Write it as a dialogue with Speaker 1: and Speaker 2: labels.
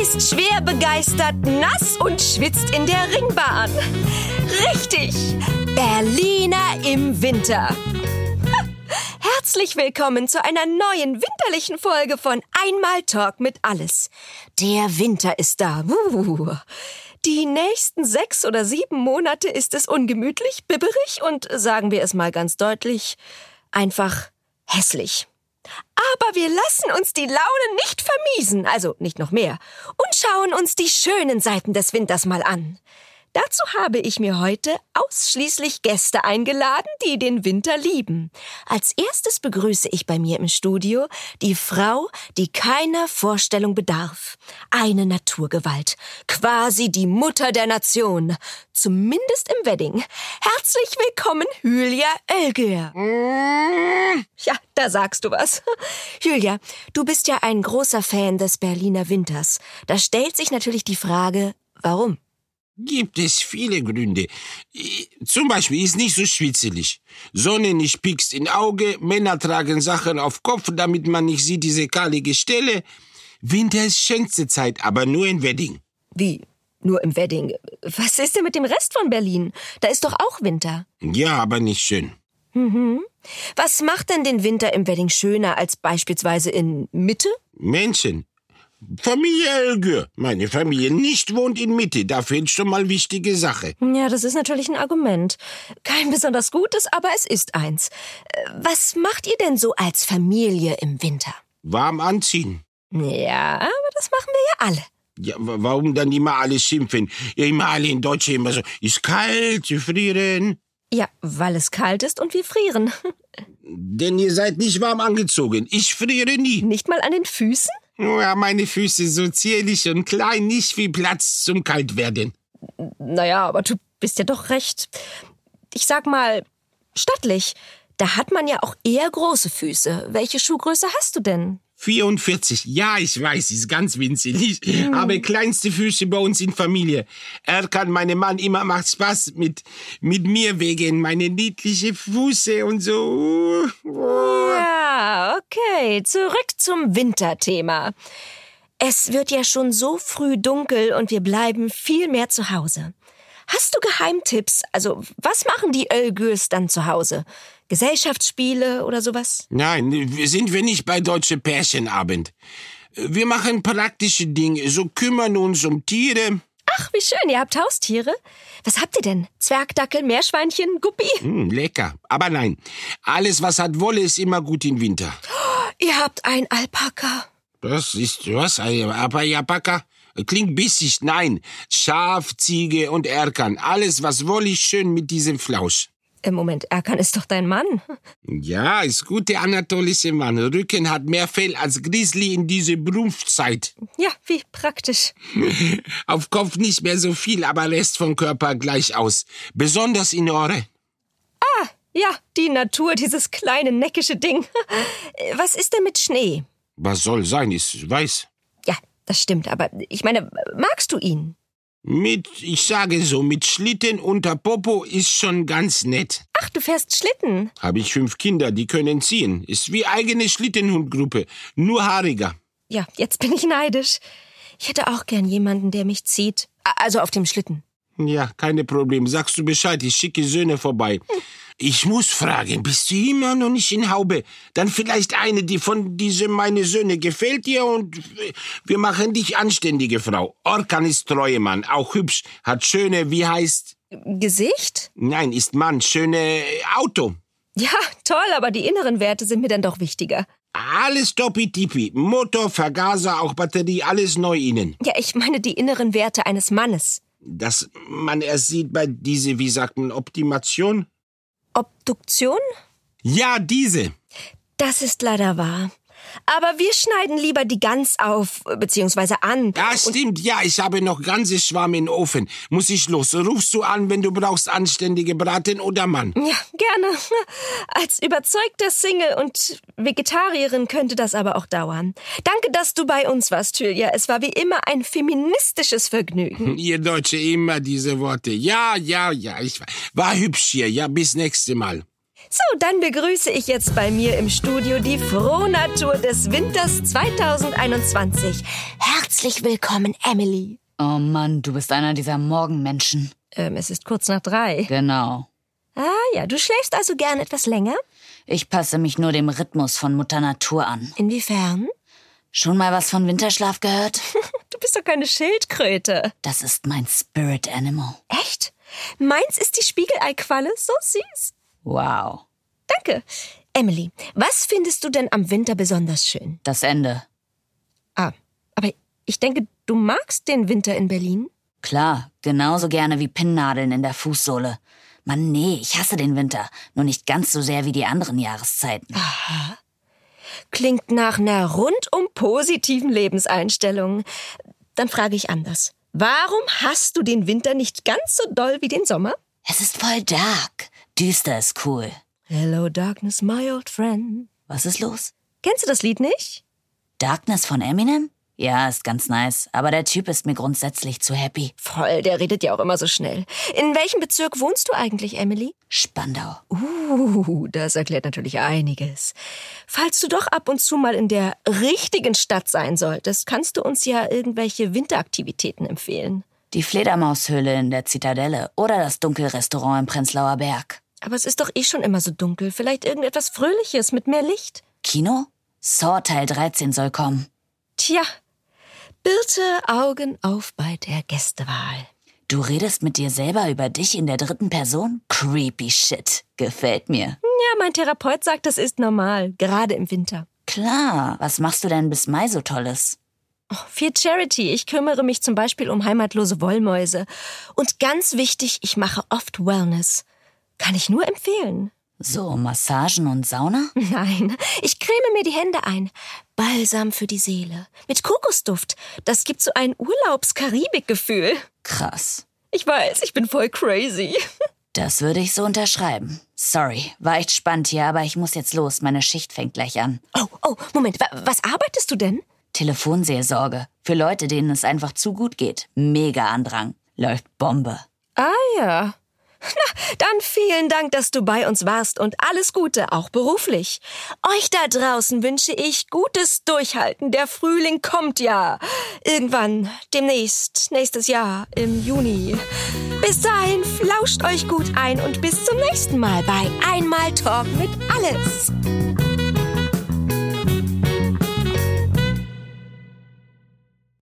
Speaker 1: ist schwer begeistert, nass und schwitzt in der Ringbahn. Richtig, Berliner im Winter. Herzlich willkommen zu einer neuen winterlichen Folge von Einmal Talk mit Alles. Der Winter ist da. Uh. Die nächsten sechs oder sieben Monate ist es ungemütlich, bibberig und, sagen wir es mal ganz deutlich, einfach hässlich. Aber wir lassen uns die Laune nicht vermiesen, also nicht noch mehr, und schauen uns die schönen Seiten des Winters mal an. Dazu habe ich mir heute ausschließlich Gäste eingeladen, die den Winter lieben. Als erstes begrüße ich bei mir im Studio die Frau, die keiner Vorstellung bedarf. Eine Naturgewalt, quasi die Mutter der Nation, zumindest im Wedding. Herzlich willkommen, Hülya Oelgür. Ja, da sagst du was. Julia, du bist ja ein großer Fan des Berliner Winters. Da stellt sich natürlich die Frage, warum?
Speaker 2: Gibt es viele Gründe. I- Zum Beispiel ist nicht so schwitzelig. Sonne nicht piekst in Auge, Männer tragen Sachen auf Kopf, damit man nicht sieht diese kahlige Stelle. Winter ist schönste Zeit, aber nur in Wedding.
Speaker 1: Wie? Nur im Wedding. Was ist denn mit dem Rest von Berlin? Da ist doch auch Winter.
Speaker 2: Ja, aber nicht schön.
Speaker 1: Was macht denn den Winter im Wedding schöner als beispielsweise in Mitte?
Speaker 2: Menschen. Familie Elgür. Meine Familie nicht wohnt in Mitte. Da fehlt schon mal wichtige Sache.
Speaker 1: Ja, das ist natürlich ein Argument. Kein besonders gutes, aber es ist eins. Äh, Was macht ihr denn so als Familie im Winter?
Speaker 2: Warm anziehen.
Speaker 1: Ja, aber das machen wir ja alle.
Speaker 2: Ja, wa- warum dann immer alle schimpfen? Ja, immer alle in Deutschland immer so. Ist kalt, wir frieren.
Speaker 1: Ja, weil es kalt ist und wir frieren.
Speaker 2: Denn ihr seid nicht warm angezogen. Ich friere nie.
Speaker 1: Nicht mal an den Füßen?
Speaker 2: Ja, meine Füße so zierlich und klein, nicht viel Platz zum Kaltwerden.
Speaker 1: Naja, aber du bist ja doch recht. Ich sag mal, stattlich. Da hat man ja auch eher große Füße. Welche Schuhgröße hast du denn?
Speaker 2: 44. Ja, ich weiß, ist ganz winzig. Ich habe kleinste Füße bei uns in Familie. Er kann meinem Mann immer macht Spaß mit, mit mir wegen meine niedliche Füße und so.
Speaker 1: Ja, okay. Zurück zum Winterthema. Es wird ja schon so früh dunkel und wir bleiben viel mehr zu Hause. Hast du Geheimtipps? Also, was machen die Ölgürs dann zu Hause? Gesellschaftsspiele oder sowas?
Speaker 2: Nein, wir sind wir nicht bei deutsche Pärchenabend. Wir machen praktische Dinge, so kümmern uns um Tiere.
Speaker 1: Ach, wie schön, ihr habt Haustiere. Was habt ihr denn? Zwergdackel, Meerschweinchen, Guppi?
Speaker 2: Hm, lecker. Aber nein, alles, was hat Wolle, ist immer gut im Winter.
Speaker 1: Ihr habt ein Alpaka.
Speaker 2: Das ist was? Apayapaka? Klingt bissig. Nein, Schaf, Ziege und Erkan. Alles, was Wolle, ist schön mit diesem Flausch.
Speaker 1: Im Moment, Erkan ist doch dein Mann.
Speaker 2: Ja, ist gut, der anatolische Mann. Rücken hat mehr Fell als Grizzly in diese Brunftzeit.
Speaker 1: Ja, wie praktisch.
Speaker 2: Auf Kopf nicht mehr so viel, aber Rest vom Körper gleich aus. Besonders in Ohren.
Speaker 1: Ja, die Natur, dieses kleine neckische Ding. Was ist denn mit Schnee?
Speaker 2: Was soll sein, ist weiß.
Speaker 1: Ja, das stimmt, aber ich meine, magst du ihn?
Speaker 2: Mit, ich sage so, mit Schlitten unter Popo ist schon ganz nett.
Speaker 1: Ach, du fährst Schlitten.
Speaker 2: Habe ich fünf Kinder, die können ziehen. Ist wie eigene Schlittenhundgruppe, nur haariger.
Speaker 1: Ja, jetzt bin ich neidisch. Ich hätte auch gern jemanden, der mich zieht. A- Also auf dem Schlitten.
Speaker 2: Ja, keine Problem. Sagst du Bescheid, ich schicke Söhne vorbei. Ich muss fragen, bist du immer noch nicht in Haube? Dann vielleicht eine, die von diesem meine Söhne gefällt dir und wir machen dich anständige Frau. Orkan ist treue Mann, auch hübsch, hat schöne, wie heißt?
Speaker 1: Gesicht?
Speaker 2: Nein, ist Mann, schöne Auto.
Speaker 1: Ja, toll, aber die inneren Werte sind mir dann doch wichtiger.
Speaker 2: Alles tippitippi. Motor, Vergaser, auch Batterie, alles neu Ihnen.
Speaker 1: Ja, ich meine die inneren Werte eines Mannes.
Speaker 2: Dass man erst sieht bei diese, wie sagt man, Optimation?
Speaker 1: Obduktion?
Speaker 2: Ja, diese.
Speaker 1: Das ist leider wahr. Aber wir schneiden lieber die Gans auf, beziehungsweise an.
Speaker 2: Ja, stimmt, ja, ich habe noch ganze Schwamm im Ofen. Muss ich los? Rufst du an, wenn du brauchst anständige Braten oder Mann?
Speaker 1: Ja, gerne. Als überzeugter Single und Vegetarierin könnte das aber auch dauern. Danke, dass du bei uns warst, Julia. Es war wie immer ein feministisches Vergnügen.
Speaker 2: Ihr Deutsche immer diese Worte. Ja, ja, ja, ich war, war hübsch hier. Ja, bis nächste Mal.
Speaker 1: So, dann begrüße ich jetzt bei mir im Studio die Frohnatur des Winters 2021. Herzlich Herzlich willkommen, Emily.
Speaker 3: Oh Mann, du bist einer dieser Morgenmenschen.
Speaker 1: Ähm, es ist kurz nach drei.
Speaker 3: Genau.
Speaker 1: Ah ja, du schläfst also gern etwas länger?
Speaker 3: Ich passe mich nur dem Rhythmus von Mutter Natur an.
Speaker 1: Inwiefern?
Speaker 3: Schon mal was von Winterschlaf gehört?
Speaker 1: Du bist doch keine Schildkröte.
Speaker 3: Das ist mein Spirit Animal.
Speaker 1: Echt? Meins ist die Spiegeleiqualle, so süß.
Speaker 3: Wow.
Speaker 1: Danke. Emily, was findest du denn am Winter besonders schön?
Speaker 3: Das Ende.
Speaker 1: Ah, aber ich denke, du magst den Winter in Berlin.
Speaker 3: Klar, genauso gerne wie Pinnnadeln in der Fußsohle. Mann, nee, ich hasse den Winter. Nur nicht ganz so sehr wie die anderen Jahreszeiten.
Speaker 1: Klingt nach einer rundum positiven Lebenseinstellung. Dann frage ich anders. Warum hast du den Winter nicht ganz so doll wie den Sommer?
Speaker 3: Es ist voll dark. Düster ist cool.
Speaker 1: Hello, Darkness, my old friend.
Speaker 3: Was ist los?
Speaker 1: Kennst du das Lied nicht?
Speaker 3: Darkness von Eminem? Ja, ist ganz nice, aber der Typ ist mir grundsätzlich zu happy.
Speaker 1: Voll, der redet ja auch immer so schnell. In welchem Bezirk wohnst du eigentlich, Emily?
Speaker 3: Spandau.
Speaker 1: Uh, das erklärt natürlich einiges. Falls du doch ab und zu mal in der richtigen Stadt sein solltest, kannst du uns ja irgendwelche Winteraktivitäten empfehlen.
Speaker 3: Die Fledermaushöhle in der Zitadelle oder das Dunkelrestaurant im Prenzlauer Berg.
Speaker 1: Aber es ist doch eh schon immer so dunkel. Vielleicht irgendetwas Fröhliches mit mehr Licht.
Speaker 3: Kino? Saw Teil 13 soll kommen.
Speaker 1: Tja, Birte Augen auf bei der Gästewahl.
Speaker 3: Du redest mit dir selber über dich in der dritten Person? Creepy shit. Gefällt mir.
Speaker 1: Ja, mein Therapeut sagt, das ist normal, gerade im Winter.
Speaker 3: Klar, was machst du denn bis Mai so Tolles?
Speaker 1: Oh, viel Charity. Ich kümmere mich zum Beispiel um heimatlose Wollmäuse. Und ganz wichtig, ich mache oft Wellness. Kann ich nur empfehlen.
Speaker 3: So, Massagen und Sauna?
Speaker 1: Nein, ich creme mir die Hände ein. Balsam für die Seele. Mit Kokosduft. Das gibt so ein Urlaubs-Karibik-Gefühl.
Speaker 3: Krass.
Speaker 1: Ich weiß, ich bin voll crazy.
Speaker 3: Das würde ich so unterschreiben. Sorry, war echt spannend hier, aber ich muss jetzt los. Meine Schicht fängt gleich an.
Speaker 1: Oh, oh, Moment, wa was arbeitest du denn?
Speaker 3: Telefonseelsorge. Für Leute, denen es einfach zu gut geht. Mega Andrang. Läuft Bombe.
Speaker 1: Ah ja. Na, dann vielen Dank, dass du bei uns warst und alles Gute, auch beruflich. Euch da draußen wünsche ich gutes Durchhalten. Der Frühling kommt ja. Irgendwann, demnächst, nächstes Jahr, im Juni. Bis dahin, flauscht euch gut ein und bis zum nächsten Mal bei Einmal Talk mit Alles.